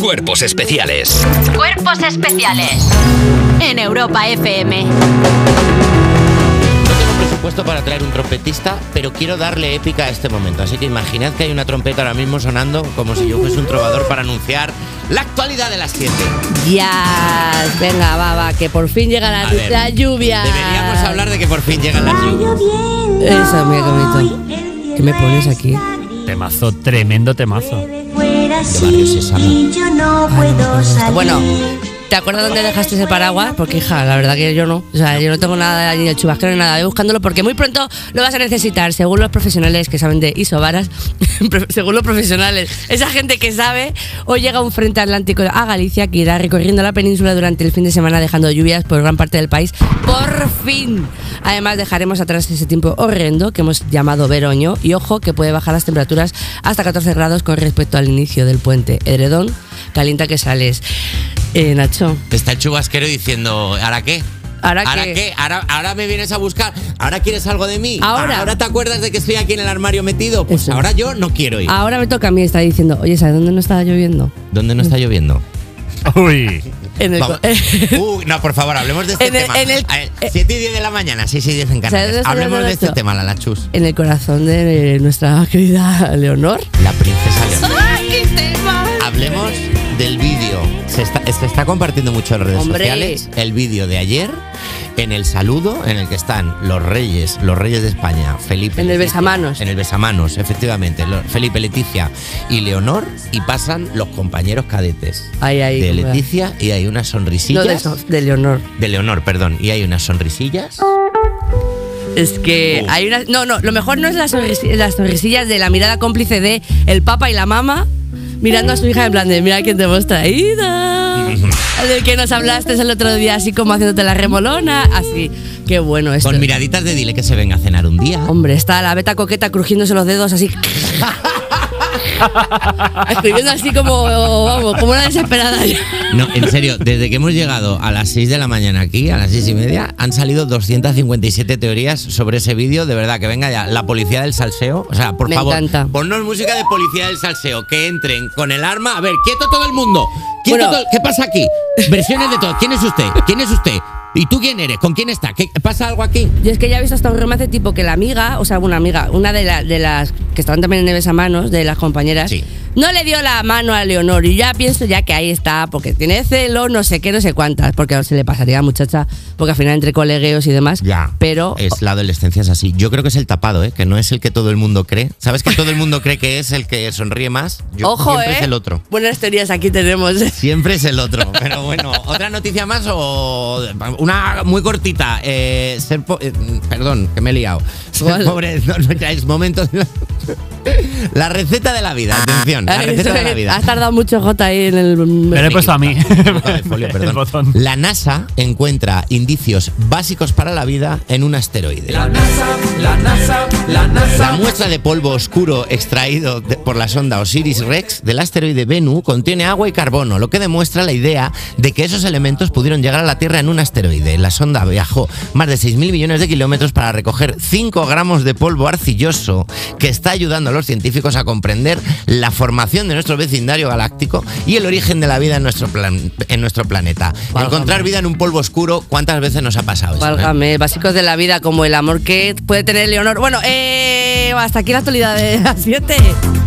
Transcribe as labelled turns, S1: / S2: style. S1: Cuerpos especiales.
S2: Cuerpos especiales. En Europa FM.
S3: No tengo presupuesto para traer un trompetista, pero quiero darle épica a este momento. Así que imaginad que hay una trompeta ahora mismo sonando como si yo fuese un trovador para anunciar la actualidad de las 7.
S4: Ya, venga, va, va, que por fin llega la,
S3: A ver,
S4: la lluvia.
S3: Deberíamos hablar de que por fin llegan las lluvias.
S4: Eso, mira qué bonito. ¿Qué me pones aquí?
S5: Temazo, tremendo temazo.
S3: Barrio Sésamo.
S6: Y yo no puedo salir.
S4: Bueno, ¿te acuerdas dónde dejaste ese paraguas? Porque, hija, la verdad que yo no. O sea, yo no tengo nada ni el chubasquero ni nada. Voy buscándolo porque muy pronto lo vas a necesitar, según los profesionales que saben de isobaras. pro- según los profesionales. Esa gente que sabe, hoy llega un frente atlántico a Galicia que irá recorriendo la península durante el fin de semana, dejando lluvias por gran parte del país. ¡Por fin! Además, dejaremos atrás ese tiempo horrendo que hemos llamado veroño. Y ojo, que puede bajar las temperaturas hasta 14 grados con respecto al inicio del puente. Heredón, calienta que sales. Eh, Nacho,
S3: Está el chubasquero diciendo, ¿ahora qué?
S4: ¿Ahora
S3: qué?
S4: qué?
S3: ¿Ahora, ahora me vienes a buscar. ¿Ahora quieres algo de mí?
S4: Ahora.
S3: ¿Ahora te acuerdas de que estoy aquí en el armario metido? Pues
S4: Eso. Ah.
S3: ahora yo no quiero ir.
S4: ahora me toca a mí estar diciendo, oye, ¿sabes dónde no estaba lloviendo?
S3: ¿Dónde no está lloviendo?
S5: Uy.
S4: En el co-
S3: Vamos. Uh, no, por favor, hablemos de este
S4: En el-
S3: tema.
S4: en el-
S3: A ver, 7 y 10 de la mañana, 6 y 10 en
S4: ¿Sabes
S3: Canarias.
S4: dónde
S3: Hablemos
S4: está
S3: de este
S4: esto?
S3: tema, la lachus.
S4: en el corazón de eh, nuestra querida Leonor.
S3: La princesa Leonor.
S2: ¡Qué tema!
S3: Hablemos del vídeo. Se está, se está compartiendo mucho en redes
S4: Hombre.
S3: sociales el vídeo de ayer en el saludo en el que están los reyes, los reyes de España, Felipe.
S4: En el
S3: Leticia,
S4: besamanos.
S3: En el besamanos, efectivamente. lo- Felipe, Leticia y Leonor y pasan los compañeros cadetes
S4: Ay, ay,
S3: de
S4: hombre.
S3: Leticia y hay unas
S4: No,
S3: sonrisillas.
S4: de, eso, de Leonor.
S3: de Leonor, perdón. Y hay unas sonrisillas.
S4: Es que
S3: Uh.
S4: hay una. No, no, lo mejor no es las, sonrisi- las sonrisillas de la mirada cómplice de el papa y la mama mirando a su hija en plan de mira quién te hemos traído. al Del que nos hablaste el otro día, así como haciéndote la remolona. Así. Qué bueno esto.
S3: Con miraditas de dile que se venga a cenar un día.
S4: Hombre, está la beta coqueta crujiéndose los dedos así. Escribiendo así como, vamos, como una desesperada.
S3: No, en serio, desde que hemos llegado a las 6 de la mañana aquí, a las 6 y media, han salido 257 teorías sobre ese vídeo. De verdad, que venga ya la policía del salseo. O sea, por
S4: Me
S3: favor,
S4: encanta.
S3: ponnos música de policía del salseo. Que entren con el arma. A ver, quieto todo el mundo. Quieto
S4: Bueno.
S3: todo- ¿Qué pasa aquí? Versiones de todo. ¿Quién es usted? ¿Quién es usted? ¿Y tú quién eres? ¿Con quién está? ¿Qué, ¿Pasa algo aquí?
S4: Yo es que ya he visto hasta un romance tipo que la amiga, o sea, una amiga, una de, la- de las que estaban también en a manos, de las compañeras,
S3: Sí.
S4: no le dio la mano a Leonor. Y ya pienso ya que ahí está, porque tiene celo, no sé qué, no sé cuántas, porque se le pasaría a la muchacha, porque al final entre colegueos y demás. Pero.
S3: Es, la adolescencia es así. Yo creo que es el tapado, ¿eh? que no es el que todo el mundo cree. ¿Sabes que todo el mundo cree que es el que sonríe más? Yo-
S4: Ojo,
S3: siempre
S4: eh.
S3: es el otro.
S4: Buenas teorías aquí tenemos.
S3: Siempre es el otro. Pero bueno, otra noticia más o una muy cortita. Eh, ser po- eh, perdón, que me he liado. Ser
S4: ¿Cuál?
S3: pobre, no, no, ya es momento. de la- La receta de la vida, atención, la
S4: Ay,
S3: receta de la vida.
S4: Has tardado mucho, J, ahí en el.
S5: Me lo he puesto a mí.
S3: Otra vez, folio,
S5: El
S3: perdón.
S5: botón.
S3: La NASA encuentra indicios básicos para la vida en un asteroide. La muestra de polvo oscuro extraído de- por la sonda Osiris-Rex del asteroide Bennu contiene agua y carbono, lo que demuestra la idea de que esos elementos pudieron llegar a la Tierra en un asteroide. La sonda viajó más de 6.000 millones de kilómetros para recoger 5 gramos de polvo arcilloso que está ayudando a los científicos a comprender la formación de nuestro vecindario galáctico y el origen de la vida en nuestro, plan- en nuestro planeta.
S4: Válgame.
S3: Encontrar vida en un polvo oscuro, ¿cuántas veces nos ha pasado eso? eh?
S4: Válgame, básicos de la vida como el amor que puede tener Leonor. Bueno, eh, hasta aquí la actualidad de las 7.